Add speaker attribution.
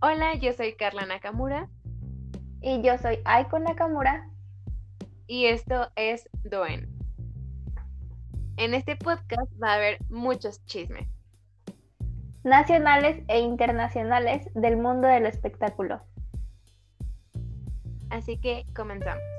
Speaker 1: Hola, yo soy Carla Nakamura
Speaker 2: Y yo soy Aiko Nakamura.
Speaker 1: y esto es Doen. En este podcast va a haber muchos chismes.
Speaker 2: Nacionales e internacionales del mundo del espectáculo.
Speaker 1: Así que comenzamos.